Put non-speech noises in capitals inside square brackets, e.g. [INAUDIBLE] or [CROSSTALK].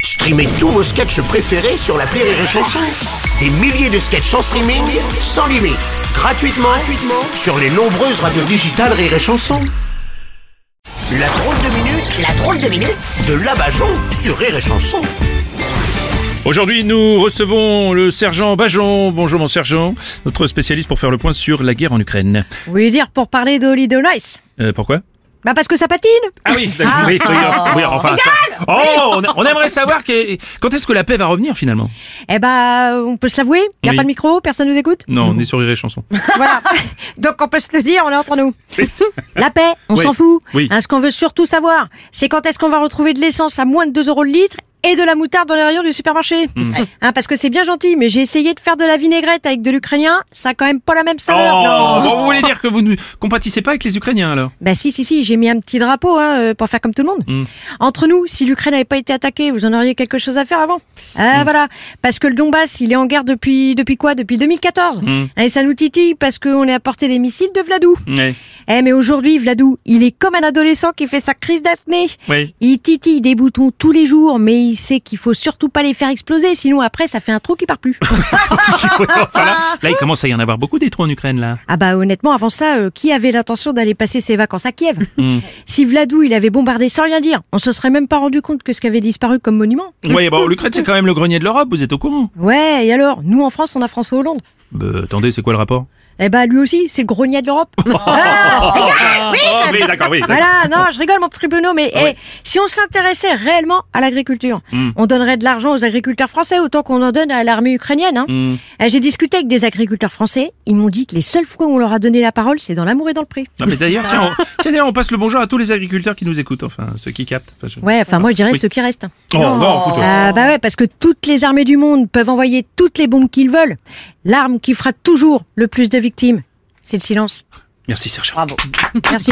Streamez tous vos sketchs préférés sur la Rire et Chanson. Des milliers de sketchs en streaming, sans limite, gratuitement, gratuitement sur les nombreuses radios digitales Rire et Chanson. La drôle de minute, la drôle de minute de Labajon sur Rire et Chanson. Aujourd'hui, nous recevons le sergent Bajon. Bonjour mon sergent, notre spécialiste pour faire le point sur la guerre en Ukraine. Vous voulez dire pour parler de Holly Nice Euh, pourquoi Bah parce que ça patine Ah oui, d'accord, Ah. oui, oui, oui, enfin, ça- Oh, on, a- on aimerait savoir que- quand est-ce que la paix va revenir finalement Eh bah on peut se l'avouer, il n'y a Oui. pas de micro, personne nous écoute Non, on est sur Rire et [LAUGHS] Chanson. [LAUGHS] Voilà, donc on peut se le dire, on est entre nous La paix, on Oui. s'en fout Oui. Hein, Ce qu'on veut surtout savoir, c'est quand est-ce qu'on va retrouver de l'essence à moins de 2 euros le litre et de la moutarde dans les rayons du supermarché Mm. Hein, Parce que c'est bien gentil, mais j'ai essayé de faire de la vinaigrette avec de l'ukrainien, ça a quand même pas la même Oh, saveur bon, vous voulez dire que vous ne compatissez pas avec les Ukrainiens alors Bah si, si, si, j'ai mis un petit drapeau hein, euh, pour faire comme tout le monde. Entre nous, si l'Ukraine n'avait pas été attaquée, vous en auriez quelque chose à faire avant. Ah voilà, parce que le Donbass, il est en guerre depuis depuis quoi Depuis 2014. Et Eh, ça nous titille parce qu'on est à portée des missiles de Vladou. Oui, Eh mais aujourd'hui, Vladou, il est comme un adolescent qui fait sa crise d'acné. [LAUGHS] oui. Il titille des boutons tous les jours, mais il sait qu'il faut surtout pas les faire exploser, sinon après ça fait un trou qui part plus. Enfin, là, là, il commence à y en avoir beaucoup des trous en Ukraine là. Ah bah honnêtement, avant ça, euh, qui avait l'intention d'aller passer ses vacances à Kiev Hmm. Si Vladou, il avait bombardé sans rien dire, on se serait même pas rendu compte que ce qui avait disparu comme monument. Oui, bon, l'Ukraine c'est quand même le grenier de l'Europe, vous êtes au courant Ouais, et alors Nous en France, on a François Hollande. Bah, Attendez, c'est quoi le rapport Eh bah lui aussi, c'est le grenier de l'Europe. [LAUGHS] Ah, regarde, oui, Oh, ça- oui, d'accord, oui. d'accord. Voilà, non, je rigole mon petit Bruno, mais eh, Ouais. Hmm. si on s'intéressait réellement à l'agriculture, on donnerait de l'argent aux agriculteurs français autant qu'on en donne à l'armée ukrainienne. hein. Mm. Eh, J'ai discuté avec des agriculteurs français, ils m'ont dit que les seules fois où on leur a donné la parole, c'est dans l'amour et dans le prix. Ah, mais d'ailleurs, tiens, on, tiens, d'ailleurs, on passe le bonjour à tous les agriculteurs qui nous écoutent, enfin, ceux qui captent. Enfin, je- Ouais, enfin moi je dirais Ah, Oui. ceux qui restent. Oh, non, écoute, Ah bah ouais, parce que toutes les armées du monde peuvent envoyer toutes les bombes qu'ils veulent. L'arme qui fera toujours le plus de victimes, c'est le silence. Merci, Serge. Merci.